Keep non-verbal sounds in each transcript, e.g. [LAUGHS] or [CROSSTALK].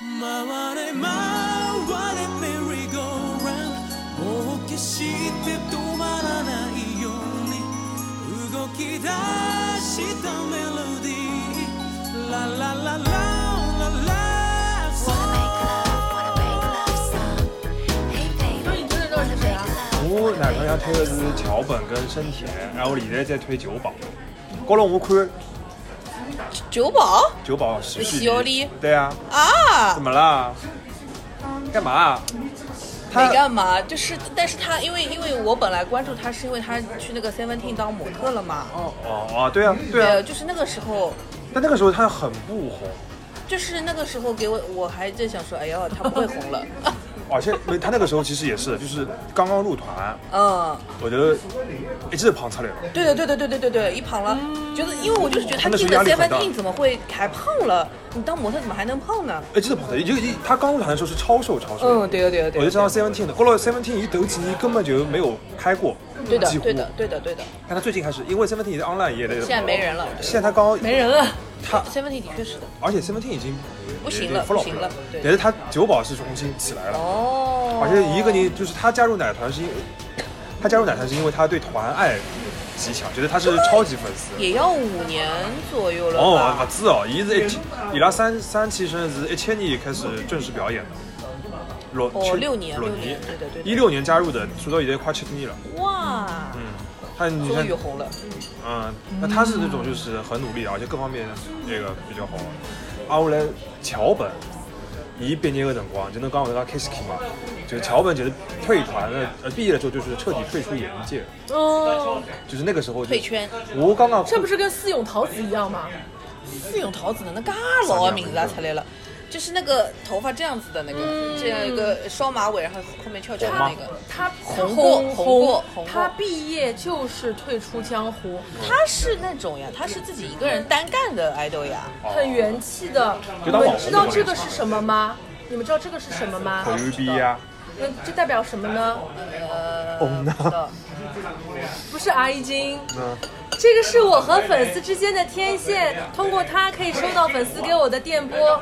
回れ回れメリーゴーランドもう決して止まらないように動き出したメロディーラララララララ Wanna make love, wanna make love song. Hey baby, 所以你推的都是 wanna 谁 make 啊？ love, 我 wanna 奶糖 make 要推 love 的就是桥本跟深田，然后李雷在推九保。高龙无亏，九保九保是有西欧利对啊，啊怎，么啦？干嘛？啊没他干嘛，就是，但是他因为因为我本来关注他是因为他去那个 Seventeen 当模特了嘛，哦哦哦，对啊对啊，就是那个时候。但那个时候他很不红，就是那个时候给我，我还在想说，哎呀，他不会红了。 [LAUGHS] 而且因为他那个时候其实也是就是刚刚入团，嗯，我觉得哎一直胖出来了。对的，对的，对对对对，一胖了，就是因为我就是觉得他真的是进了压力很大 Seventeen 怎么会还胖了？你当模特怎么还能胖呢？哎，真的胖出来，就他刚入团的时候是超瘦超瘦，嗯，对的，对的，对我就的知道 Seventeen 的，后来 Seventeen 一头几年根本就没有开过，对的几，乎对的，对的，对的，但他最近开始，因为 Seventeen 在 online 也得现在没人了现在他刚没人了。他， Seventeen 的确是的。而且 Seventeen 已经不行了 flop 不行了对但是他九保是重新起来了，哦。而且一个呢，就是他加入奶团是因为他加入奶团是因为他对团爱极强，觉得他是超级粉丝。也要五年左右了哦，吧勿？止哦，伊是一七，伊拉三三期生是一七年开始正式表演的，六哦七六年六六年对的对的一六年加入的，说到现在快七年了。哇，嗯，他你终看于，红了。嗯，那他是那种就是很努力，而且各方面那个比较好。啊，后来桥本，伊毕业的辰光，就侬刚我跟他 kiss kiss 嘛，就是桥本就是退团了，呃，毕业了之后就是彻底退出演艺界，嗯，就是那个时候就退圈。我刚刚这不是跟四永桃子一样吗？四永桃子呢？那噶老的名字啊出来了，就是那个头发这样子的那个，嗯这样一个双马尾，然后后面翘叉红吗那个。他红过红过红过他毕业就是退出江湖，他是那种呀，他是自己一个人单干的爱豆呀。很元气的。就你当网们红知道的这个是什么吗？你们知道这个是什么吗？很牛逼啊呀，那这代表什么呢？呃，红呢不知道不是阿姨金，嗯，这个是我和粉丝之间的天线，通过它可以收到粉丝给我的电波。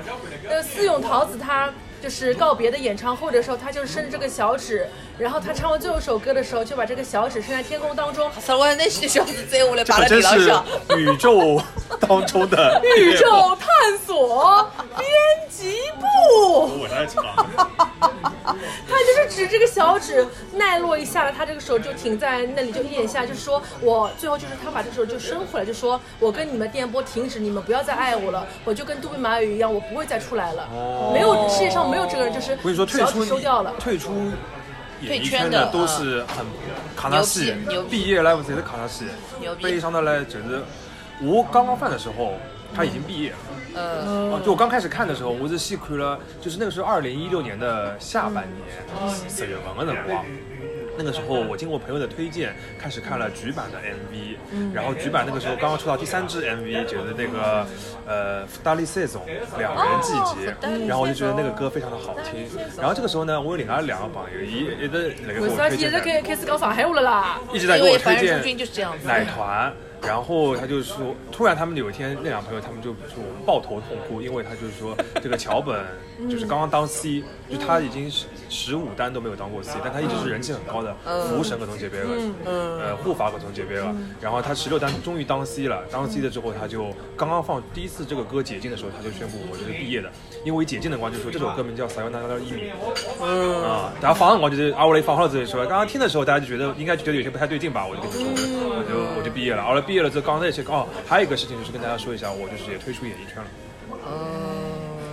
呃，四永桃子她就是告别的演唱会的时候，她就是伸着这个小指，然后她唱完最后一首歌的时候，就把这个小指伸在天空当中，稍微那些小子追我来这扒可了真地浪是上。宇宙当中的 [LAUGHS] [LAUGHS] 宇宙探索编辑部。我来啊唱，他就是指这个小指奈落一下了，他这个手就停在那里，就一点下，就是说我最后就是他把这手就伸回来，就说我跟你们电波停止，你们不要再爱我了，我就跟杜宾马语一样，我不会再出来了。没有世界上没有这个人，就是哦我跟你说，退小出指收掉了。退出演艺圈的嗯都是很卡纳西人牛逼牛，逼毕业来不是卡纳西人牛，逼悲伤的嘞就是我刚刚犯的时候。他已经毕业了、嗯，啊！就我刚开始看的时候，我是细看了，就是那个是二零一六年的下半年四月份的辰光，那个时候我经过朋友的推荐，开始看了局版的 MV，、然嗯后局版那个时候刚刚出到第三支 MV，就是那个呃《f d a l i s e 两人季节哦，，Futali Saison 然后我就觉得那个歌非常的好听。然后这个时候呢，我有另外两个朋友，一一个那个给我我三推姐荐在的，开开始搞上海话了啦，一直在因给我为推凡人出荐君就是这样子。奶团。然后他就说，突然他们有一天，那两个朋友他们就说我们抱头痛哭，因为他就是说这个桥 [LAUGHS] 本嗯就是刚刚当 C，、就他已经十十五单都没有当过 C，但他嗯一直是人气很高的福神格从杰贝尔，呃护法格从杰贝尔，嗯然后他十六单终于当 C 了，当 C 了之后他就刚刚放第一次这个歌解禁的时候，他就宣布我就是毕业的，因为解禁的话就说这首歌名叫《撒由那拉一米》，啊，然后放我就是阿乌雷放好了之后说，刚刚听的时候大家就觉得应该觉得有些不太对劲吧，我就跟你说，我就我就毕业了。后来毕业了之后，刚刚那些哦，还有一个事情就是跟大家说一下，我就是也退出演艺圈了。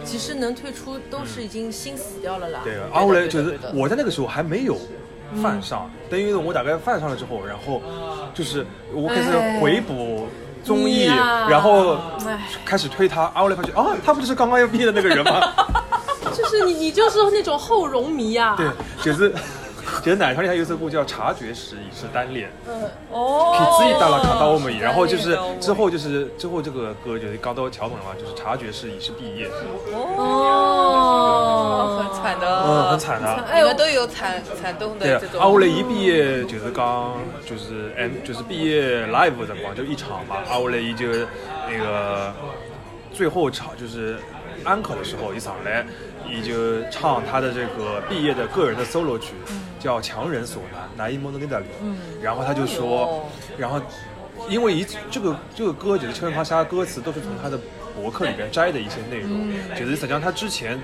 其实能退出都是已经心死掉了啦。对，阿乌雷就对嗯是的我在那个时候还没有犯上，但因为我大概犯上了之后，然后就是我开始哎回补综艺，哎呀然后哎开始推他，阿乌雷发觉啊，他不就是刚刚要毕业的那个人吗？ [LAUGHS] 就是你你就是那种后容迷啊。对，就是。就是奶茶里还有一首歌叫《察觉时已是单恋》，哦痞子一打了卡到我们，然后就是单恋之后就是之后这个歌就是刚到桥本嘛，就是察觉是已是毕业，哦，很惨嗯，的，哎很。惨的。你们都有惨惨痛对啊的这，种。阿乌雷一毕业就是刚就是 M 就是毕业 live 的辰光就一场嘛，阿乌雷一就那个最后唱就是安可的时候，伊上来伊就唱他的这个毕业的个人的 solo 曲，叫《强人所难》，拿伊蒙的那达里。然后他就说，然后因为一这个这个歌就是《秋元花沙》歌词都是从他的博客里边摘的一些内容，嗯就是实际上他之前。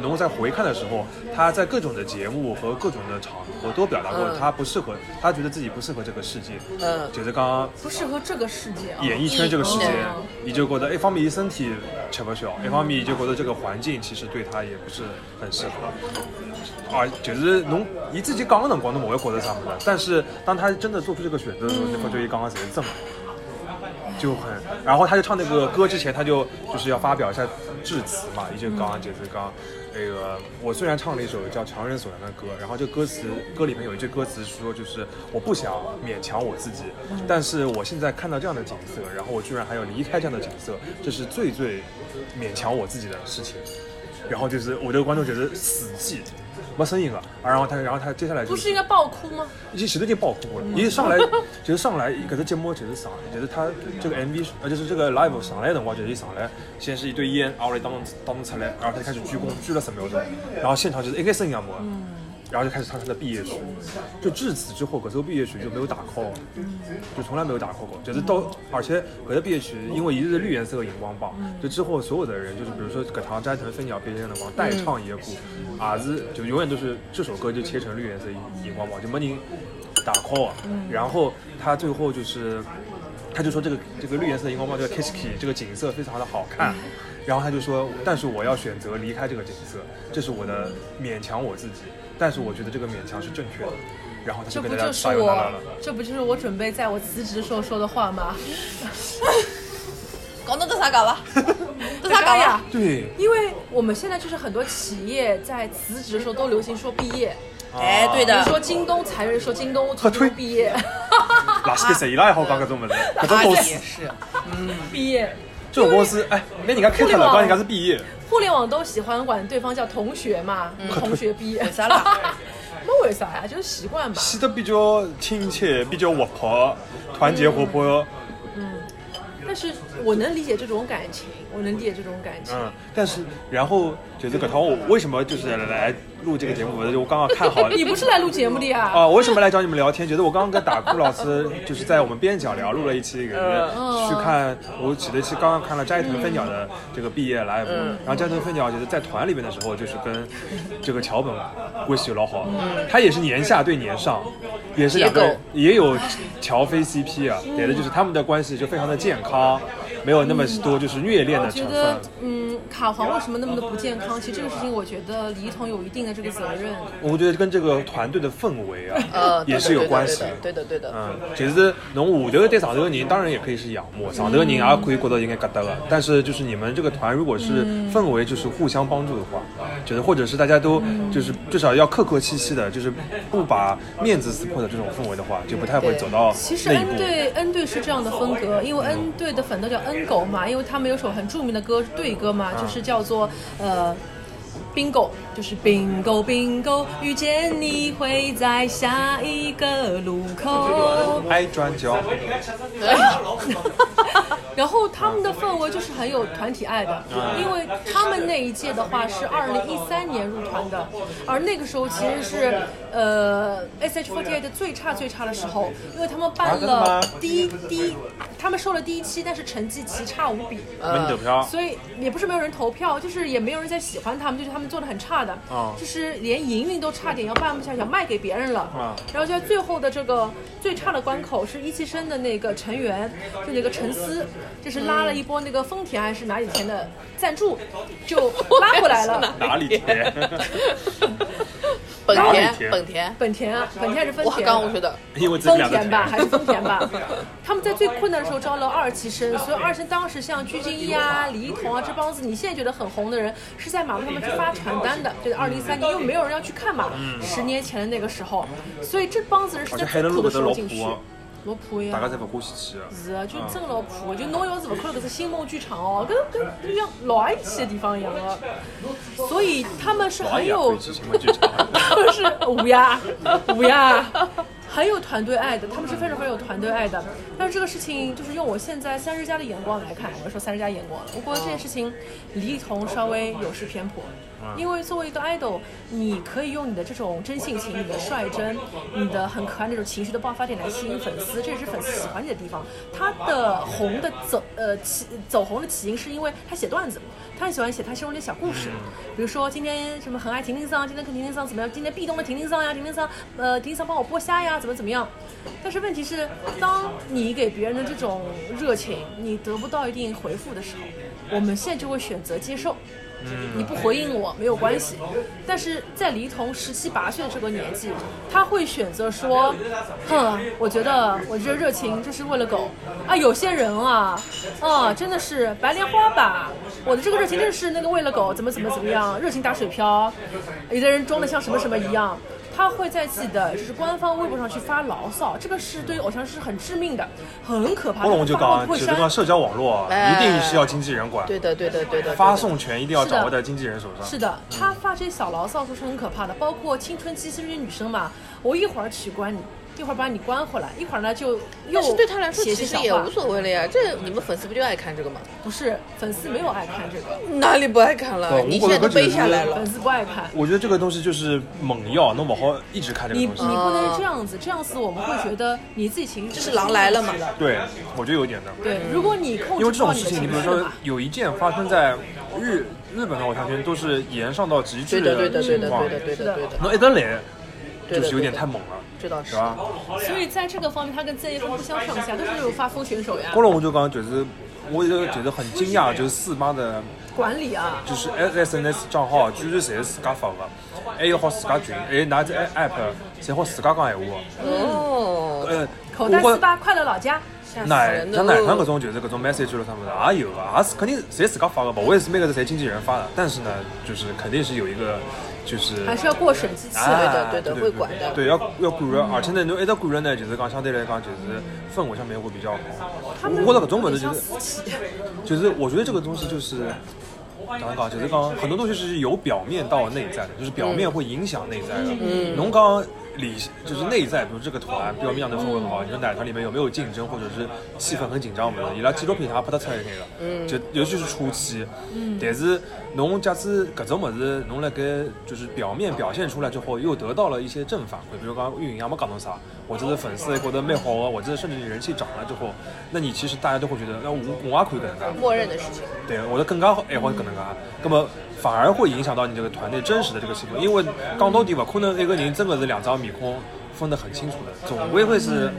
能够在回看的时候，他在各种的节目和各种的场合都表达过，嗯他不适合，他觉得自己不适合这个世界。嗯就是刚刚不适合这个世界啊。演艺圈这个世界嗯，你就觉得哎一方面伊身体吃不消，一方面伊就觉得这个环境其实对他也不是很适合。啊，就是侬伊自己讲的辰光，侬不会觉得啥么子，但是当他真的做出这个选择的时候，你会觉得伊刚刚才是正的。就很，然后他就唱那个歌之前，他就就是要发表一下致辞嘛，也就刚刚就是刚那个，我虽然唱了一首叫《强人所难》的歌，然后这歌词歌里面有一句歌词说，就是我不想勉强我自己，但是我现在看到这样的景色，然后我居然还要离开这样的景色，这是最最勉强我自己的事情。然后就是我这个观众觉得死寂，没声音了，啊然后他，然后他接下来就不是应该爆哭吗？已经前头已经爆哭了，一上来就是上来，搿只节目就是上，就是他这个 MV 呃就是这个 live 上来的辰光，就是一上来先是一堆烟，然后来当当出来，然后他就开始鞠躬，鞠了十秒钟，然后现场就是一个声音也没有，然后就开始唱他的毕业曲，就至此之后，搿首毕业曲就没有打 call 了，就从来没有打 call 过，就是到而且搿个毕业曲因为一日绿颜色和荧光棒，就之后所有的人就是比如说搿趟斋藤飞鸟毕业的辰光代唱一个歌，也啊是就永远都是这首歌就切成绿颜色荧光棒，就没人打 call 啊，然后他最后就是。他就说这个这个绿颜色的荧光棒，这个 Kishki 这个景色非常的好嗯看，然后他就说，但是我要选择离开这个景色，这是我的勉强我自己，但是我觉得这个勉强是正确的，然后他这就不跟大就家是撒由那拉我了。，这不就是我准备在我辞职的时候说的话 [LAUGHS] 吗？搞侬这啥搞伐？这啥搞嘎呀呀？ [LAUGHS] 对，因为我们现在就是很多企业在辞职的时候都流行说毕业，哎，对比如的，哦说京东裁员说京东啊喝退从中毕业， [LAUGHS] 垃圾谁伊拉也好讲搿种物事，搿种啊公这司也，是。毕业，这种公司，哎，拿人家开脱了，讲人家是毕业，互联网都喜欢管对方叫同学嘛， [LAUGHS] 同学毕业，为啥啦？ [LAUGHS] 那为啥呀？就是习惯吧。显得比较亲切，比较活泼，团结活泼，但是我能理解这种感情，我能理解这种感情。嗯，但是然后就是搿趟我为什么就是来录这个节目，我刚刚看好 [LAUGHS] 你不是来录节目的呀？啊，我为什么来找你们聊天？觉得我刚刚跟打哭老师就是在我们边角聊录了一期，给嗯人去看我起的期，刚刚看了斋藤飞鸟的这个毕业 live，、然嗯后斋藤飞鸟就是在团里面的时候，就是跟这个桥本关系老好，嗯他也是年下对年上，也是两个人也有乔飞 CP 啊，别的就是他们的关系就非常的健康，没有那么多就是虐恋的我觉成得分。，嗯，卡皇为什么那么的不健康？其实这个事情，我觉得李一桐有一定的这个责任。我觉得跟这个团队的氛围啊，呃，对也的是有关系。对的，对的对的。嗯，其实侬下头对上头人当然也可以是仰慕，上头人嗯也啊可以觉得应该疙瘩了。但是就是你们这个团如果是嗯氛围就是互相帮助的话，就是或者是大家都嗯就是至少要客客气气的，就是不把面子撕破的这种氛围的话，就不太会走到其实那一 N 步。队 N 队是这样的风格，因为 N 队的粉都叫 N 狗嘛，因为他们有首很著名的歌对歌嘛，就是叫做呃。bingo 就是 bingo bingo，遇见你会在下一个路口。挨砖跤， [LAUGHS] 然后他们的氛围就是很有团体爱的，因为他们那一届的话是二零一三年入团的，而那个时候其实是呃 SH48 最差最差的时候，因为他们啊办真的吗了第一第一，他们收了第一期，但是成绩奇差无比。门得票，所以也不是没有人投票，就是也没有人在喜欢他们，就是他们做的很差的，哦就是连营运都差点要办不下，想卖给别人了。啊然后就在最后的这个最差的关口，是一期生的那个成员，就那个陈思，就是拉了一波那个丰田还是哪里钱的赞助， [LAUGHS] 就拉回来了。哪里 [LAUGHS] 甜？本哪里田，甜本田，本田啊，本田还是丰我田？刚我觉得因为自己丰两个田吧，还甜。是丰田吧。他们在最困难的时候招了二期生，所以二期生当时像鞠婧祎啊、李一桐啊这帮子，你现在觉得很红的人，是在马路上面去发传单的，就是二零一三年，因为没有人要去看嘛，十年前的那个时候，所以这帮子人是而在且海最南苦路搿的时搭候老进去火，。老破大家呀！侪勿欢喜去。是啊，就真的老破，就侬要是勿看搿只星梦剧场哦，跟跟就像老爱去的地方一样的，所以他们是哎很呀，有 [LAUGHS] 回去情况剧场。就是乌鸦，乌鸦，很有团队爱的，他们是非常非常有团队爱的。但是这个事情就是用我现在三十加的眼光来看，我要说三十加眼光了，我觉得这件事情李一桐稍微有失偏颇，因为作为一个 idol，你可以用你的这种真性情、你的率真、你的很可爱那种情绪的爆发点来吸引粉丝，这也是粉丝喜欢你的地方。他的红的走呃起走红的起因是因为他写段子，他很喜欢写他生活里的小故事，比如说今天什么很爱婷婷桑，今天跟婷婷桑怎么样，今天壁咚了婷婷桑呀，婷婷桑呃婷婷桑帮我剥虾呀，怎么怎么样。但是问题是，当你给别人的这种热情你得不到一定回复的时候，我们现在就会选择接受。你不回应我没有关系，但是在黎童十七八岁这个年纪，他会选择说，哼，我觉得我这热情就是为了狗啊，有些人啊，啊，真的是白莲花吧，我的这个热情真的是那个为了狗怎么怎么怎么样，热情打水漂，有的人装的像什么什么一样，他会在自己的就是官方微博上去发牢骚，这个是对于偶像是很致命的，很可怕的。包容就发讲布，会只删能讲社交网络啊哎一定是要经纪人管，对的，对的，对的对的。发送权一定要是的掌握在经纪人手上。是的，他发这些小牢骚说是很可怕的，包括青春期，甚至女生嘛，我一会儿取关你，一会儿把你关回来，一会儿呢就又但是对他来说写一其些实小也话无所谓了呀，这你们粉丝不就爱看这个吗？不是粉丝没有爱看这个，哪里不爱看了？对你我现在都我觉得背下来粉了。丝不爱看。我觉得这个东西就是猛药，弄不好一直看这个你你东西。不能这样子，这样子我们会觉得你自己情绪这是狼来了嘛对，我觉得有点的。对，如果你控嗯因为制这不好种你事的情，你情比如绪说嘛，有一件发生在日日本的偶像圈，都是延上到极致对的，对的，的对情的，况对，的，对的，对的，那一登来对的就是有点太猛了，这倒是是。吧？所以在这个方面，他跟 Z 分不相上下，都是那种发疯选手呀过，了我就讲，就是我就觉得很惊讶，就是四妈的，管理啊，就是 SNS 账号居然侪是自家发的，还有好自家群，还有拿这 app 侪好自家讲闲话。哦，呃，口袋四我觉八快乐老家，吓死奶人哦像奶糖搿了！种就是搿种 message 了，他们的也有啊，也是肯定侪自家发的，不会是每个是侪经纪人发的。但是呢，就是肯定是有一个，就是还是要过审机器。啊，对的对的会管的嗯对，要要管热，而且呢，侬一直管热呢，就是讲相对来讲，就是氛围上面会比较好。他们我觉得搿种物事有点就是像私企就是，我觉得这个东西就是。哪能讲？就是讲很多东西是由表面到内在的，就是表面会影响内在的。嗯，侬讲理就是内在，比如这个团表面上的氛围很好，你说奶团里面有没有竞争，或者是气氛很紧张么的，伊拉纪录片上也拍得出来那个。嗯，就尤其是初期。嗯，但是侬假使搿种物事，侬辣盖就是表面表现出来之后，又得到了一些正反馈，比如讲运营也没讲侬啥，或者是粉丝觉得蛮好的，或者是甚至你人气涨了之后，那你其实大家都会觉得，那我我也可以搿能介。默认的事情，对，我的更加爱好搿能介，那么反而会影响到你这个团队真实的这个气氛，因为讲到底勿可能一个人真的是两张面孔分得很清楚的，总归会是，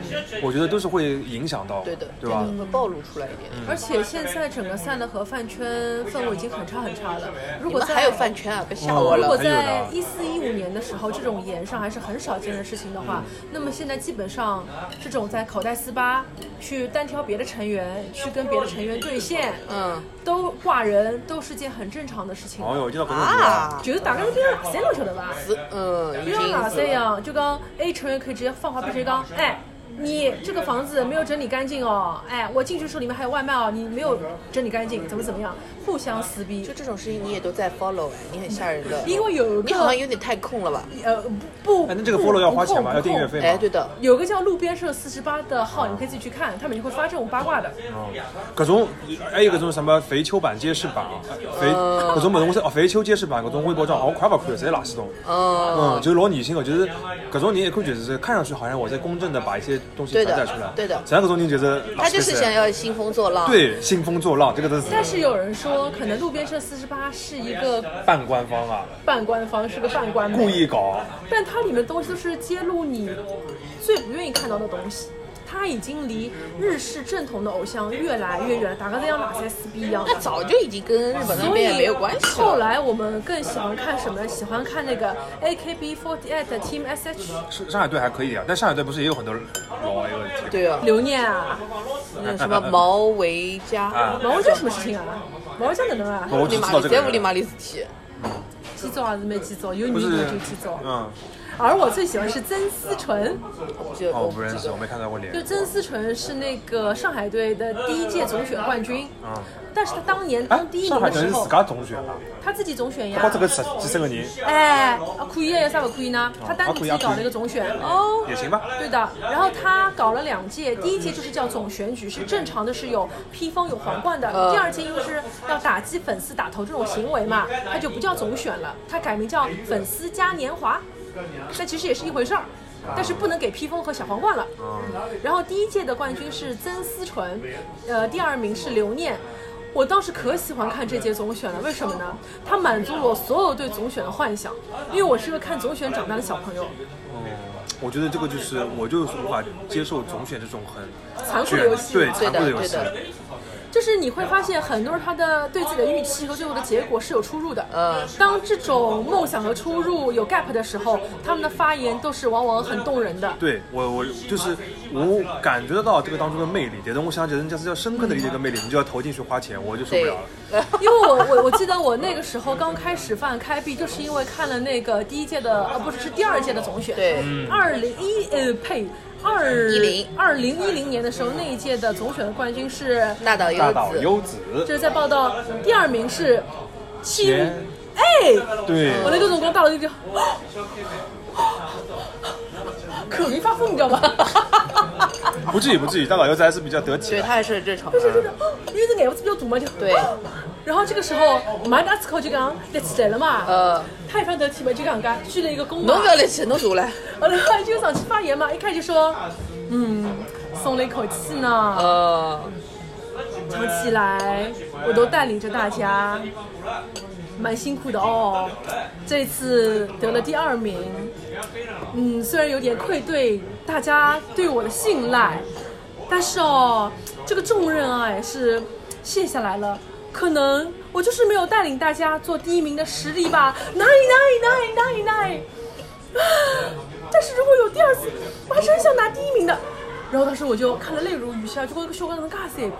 我觉得都是会影响到，对的，对吧？啊会暴露出来一点。而且现在整个散的和饭圈氛围已经很差很差了。如你果们在还有饭圈啊？别吓我如了果！还有在呢一四一五年的时候，这种盐上还是很少见的事情的话，嗯那么现在基本上这种在口袋四八去单挑别的成员，去跟别的成员对线，嗯，都挂人，都是件很正常的事情。哦哟，见到搿种事啊，啊，就是大家都变成哪三了，晓得吧？是嗯，不已要哪三经样，就刚 A 成员可以直接放话变成刚，哎，你这个房子没有整理干净哦，哎，我进去的时候里面还有外卖哦，你没有整理干净，怎么怎么样，互相撕逼就，这种事情你也都在 follow，哎你很吓人的。因为有你好个像有点太空了吧？呃不不，哎，那这个 follow 要花钱吗？不要订阅。不控费哎，吗对？的，有个叫路边社四十八的号，你可以自己去看，他每天会发这种八卦的。哦搿种还有搿种什么肥秋版、街市版，肥搿种物事，我说哦，肥秋街市版搿种微博账号，我看勿看，侪垃圾桶。嗯嗯，，就是老女性的，就是搿种人一看就是看上去好像我在公正的把一些东西对转的载出来，对的实际上搿种人就是他就是垃圾想要兴风作浪。，对兴风作浪，这个字但是有人说，可能路边社四十八是一个半官方啊，半官方，是个半官媒故意搞。但它里面的东西都是揭露你最不愿意看到的东西。它已经离日式正统的偶像越来越远了，大概在像马赛斯逼一样。那早就已经跟日本那所以边没有关系后了。来我们更喜欢看什么呢？喜欢看那个 AKB48 的 Team SH 上上海队还可以啊，但上海队不是也有很多老 A 问题？对啊，留念啊，嗯什么毛维啊加，毛家什么事情啊？毛家哪能啊？我只里知马道里这在屋个里人。马里斯体，鸡爪还是没鸡爪，有女不人是就鸡爪。嗯，而我最喜欢是曾思纯，我就哦，我我不认识，我没看到过脸就。曾思纯是那个上海队的第一届总选冠军。嗯，但是他当年哎当第，一上名海的城时是候自，家总选吧？他自己总选呀包。括这个几几十个人哎，啊可以呀，有啥不可以呢？他单独自啊己搞了一个总选哦，也行吧。对的，然后他搞了两届，第一届就是叫总选举，是正常的，是有披风、有皇冠的。第二届因为是要打击粉丝打头这种行为嘛，他就不叫总选了，他改名叫粉丝嘉年华，但其实也是一回事儿。但是不能给披风和小皇冠了。然后第一届的冠军是曾思纯，呃，第二名是刘念。我当时可喜欢看这届总选了，为什么呢？它满足了我所有对总选的幻想，因为我是个看总选长大的小朋友。我觉得这个就是，我就是无法接受总选这种很残酷的卷游戏对对残酷的的游对戏。的就是你会发现很多人他的对自己的预期和最后的结果是有出入的。嗯当这种梦想和出入有 gap 的时候，他们的发言都是往往很动人的。对我，我就是我感觉得到这个当中的魅力，但是我想起人家是要深刻的理解这个魅力，你就要投进去花钱，我就受不对了了。，因为我我我记得我那个时候刚开始办开闭，就是因为看了那个第一届的，呃，不是是第二届的总选，对，二零一呃呸。二10二零一零年的时候，那一届的总选的冠军是，那岛 [LAUGHS] 大岛优子，优子，就是在报道第二名是青，钱哎，对，我那个总光大佬就觉得， [GASPS] 可没发疯，你知道吗？ [LAUGHS] 不至于不至于，大岛优子还是比较得体啊对的他。还是很正常。就是就是，因为这眼不是比较堵嘛，就对。 [GASPS] 然后这个时候，马达斯考就讲立起来了嘛，呃，太犯得体嘛，就讲噶鞠了一个躬嘛侬不，要来气，侬大了。 [LAUGHS] 然后他就上去发言嘛，一开始就说，嗯，松了一口气呢。呃，长期以来，我都带领着大家，蛮辛苦的哦。这次得了第二名，嗯，虽然有点愧对大家对我的信赖，但是哦，这个重任啊也是卸下来了。可能我就是没有带领大家做第一名的实力吧，哪里哪里哪里哪里哪里。但是如果有第二次，我还是很想拿第一名的。然后当时我就看了泪如雨下，就跟个小刚能尬死一哭。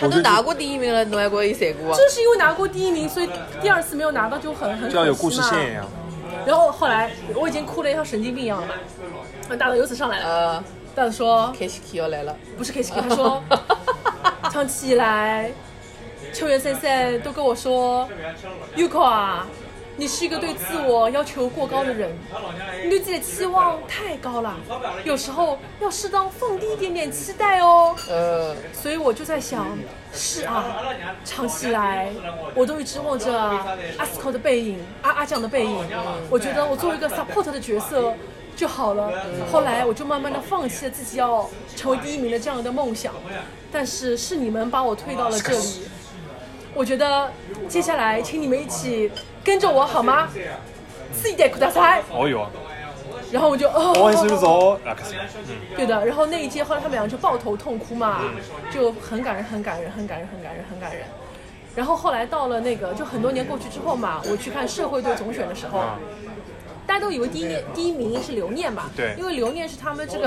他都拿过第一名了，侬还过一三 [LAUGHS] 过啊？正是因为拿过第一名，所以第二次没有拿到就很很可惜就嘛像有故事线一样。然后后来我已经哭得像神经病一样了嘛。那大佬由此上来了，呃，大佬说开始 K 要来了，不是 K 七 K，他 [LAUGHS] 说长期以来，秋元先生都跟我说，Yuko 啊，你是一个对自我要求过高的人，你对自己的期望太高了，有时候要适当放低一点点期待哦。呃，所以我就在想，是啊，长期以来我都一直望着阿斯考的背影，阿阿酱的背影，我觉得我作为一个 support 的角色就好了。后来我就慢慢的放弃了自己要成为第一名的这样的梦想，但是是你们把我推到了这里。我觉得接下来请你们一起跟着我好吗？自己得苦大塞，哦哟，然后我就哦，往是走，那可是对的，然后那一届后来他们俩就抱头痛哭嘛，就很感人，很感人，很感人，很感人，很感人。然后后来到了那个，就很多年过去之后嘛，我去看社会队总选的时候，啊大家都以为第一年第一名是刘念嘛，对因为刘念是他们这个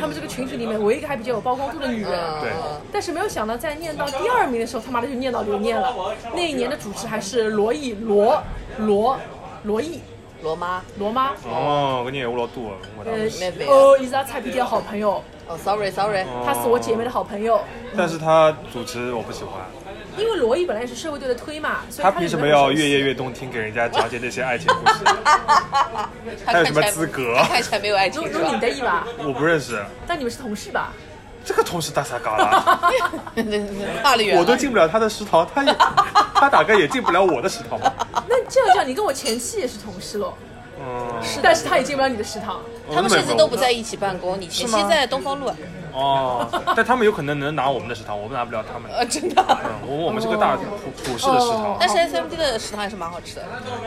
他们这个群体里面唯一一个还比较有曝光度的女人。嗯对，但是没有想到，在念到第二名的时候，他妈的就念到刘念了。那一年的主持还是罗毅，罗罗罗毅罗妈，罗妈，哦，搿人闲话老多的，我呃讲没没，哦，伊是她菜皮店好朋友，哦，sorry sorry，她是我姐妹的好朋友。但是他主持我不喜欢，因为罗毅本来也是社会队的推嘛，所以他他凭什里么面要有越夜越冬听给人家讲解那些爱情故事？他有什么看起来资格 [LAUGHS] 他看起来没有爱情如是如你 [LAUGHS] 吧？的意吧？我不认识，但你们是同事 [LAUGHS] 吧？这个同事打啥嘎啦？差得远了，我都进不了他的食堂，他也他大概也进不了我的食堂吧？那这样讲，你跟我前妻也是同事喽，嗯，是，但是他也进不了你的食堂。他们甚至都不在一起办公，你前期在东方路，哦，但他们有可能能拿我们的食堂，我们拿不了他们的。呃，真的。嗯，我们我们是个大普普世的食堂，但是 SMD 的食堂还是蛮好吃的，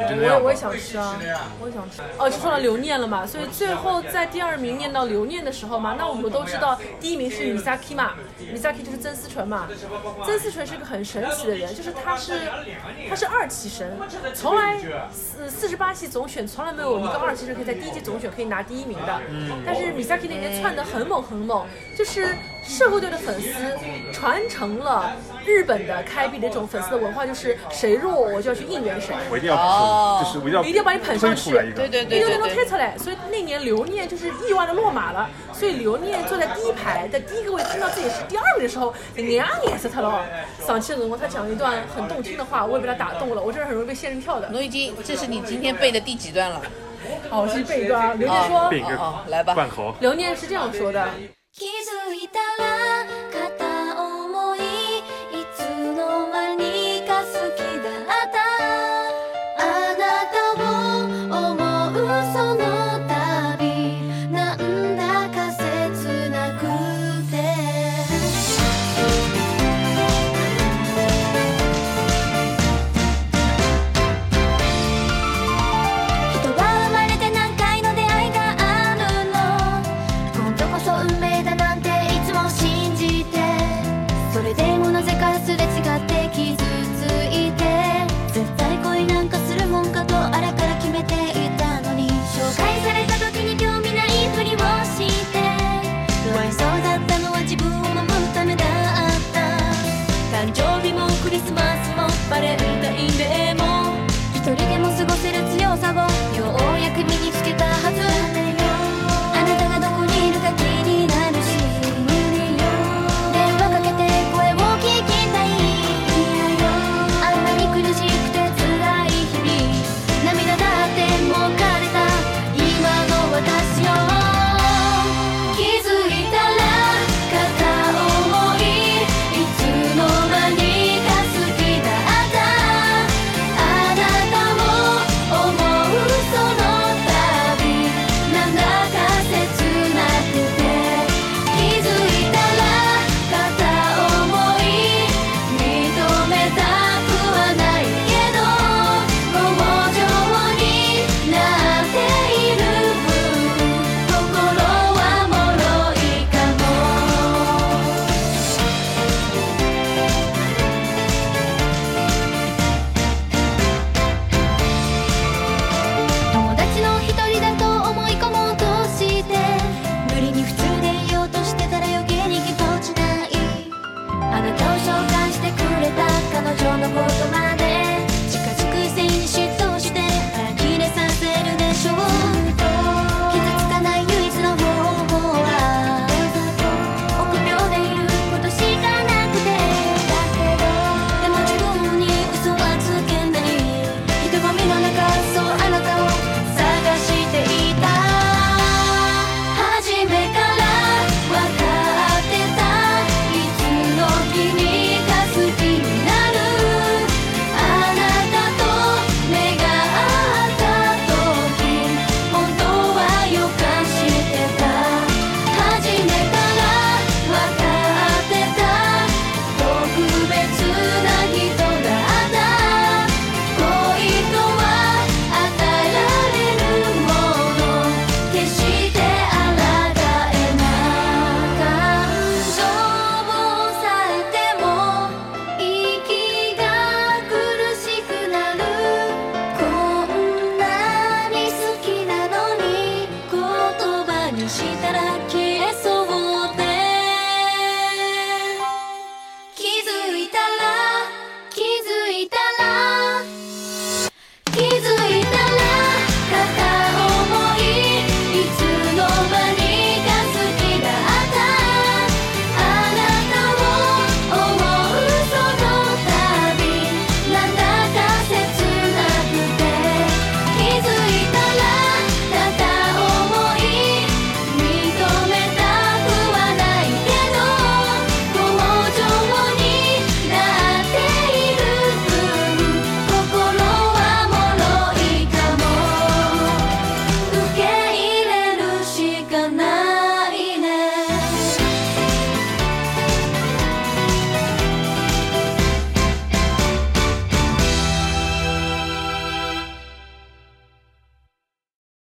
就那我也样吧我也。想吃啊，我也想吃。哦，就说到留念了嘛，所以最后在第二名念到留念的时候嘛，那我们都知道第一名是 Misaki 嘛，Misaki 就是曾思纯嘛。曾思纯是个很神奇的人，就是他是他是二期生，从来四四十八期总选从来没有一个二期生可以在第一期总选可以拿第一名的。但是 Misaki 那年窜得很猛很猛，就是社会队的粉丝传承了日本的开辟的一种粉丝的文化，就是谁弱我就要去应援谁。我一定要哦捧，就是我一定要一定要把你捧上推去出来一个，对对因对为对那种对推。出来，所以那年刘念就是意外的落马了，所以刘念坐在第一排，在第一个位听到自己是第二名的时候，娘也是他了。上期的辰光，他讲了一段很动听的话，我也被他打动了，我这人很容易被仙人跳的。侬已经，这是你今天背的第几段了？好，我去背一段啊。刘念啊说，并一个哦哦来吧罐头。刘念是这样说的。気づいたら片思いいつの間にか好きだったあなたを思うその度なんだか切なくて人は生まれて何回の出会いがあるの今度こそ運命だなんていつも信じてそれでもなぜかすれ違って傷ついて絶対恋なんかするもんかとあらから決めていたのに紹介された時に興味ないふりをして不愛想だったのは自分を守るためだった誕生日もクリスマスもバレンタインデーも一人でも過ごせる強さをようやく身につけた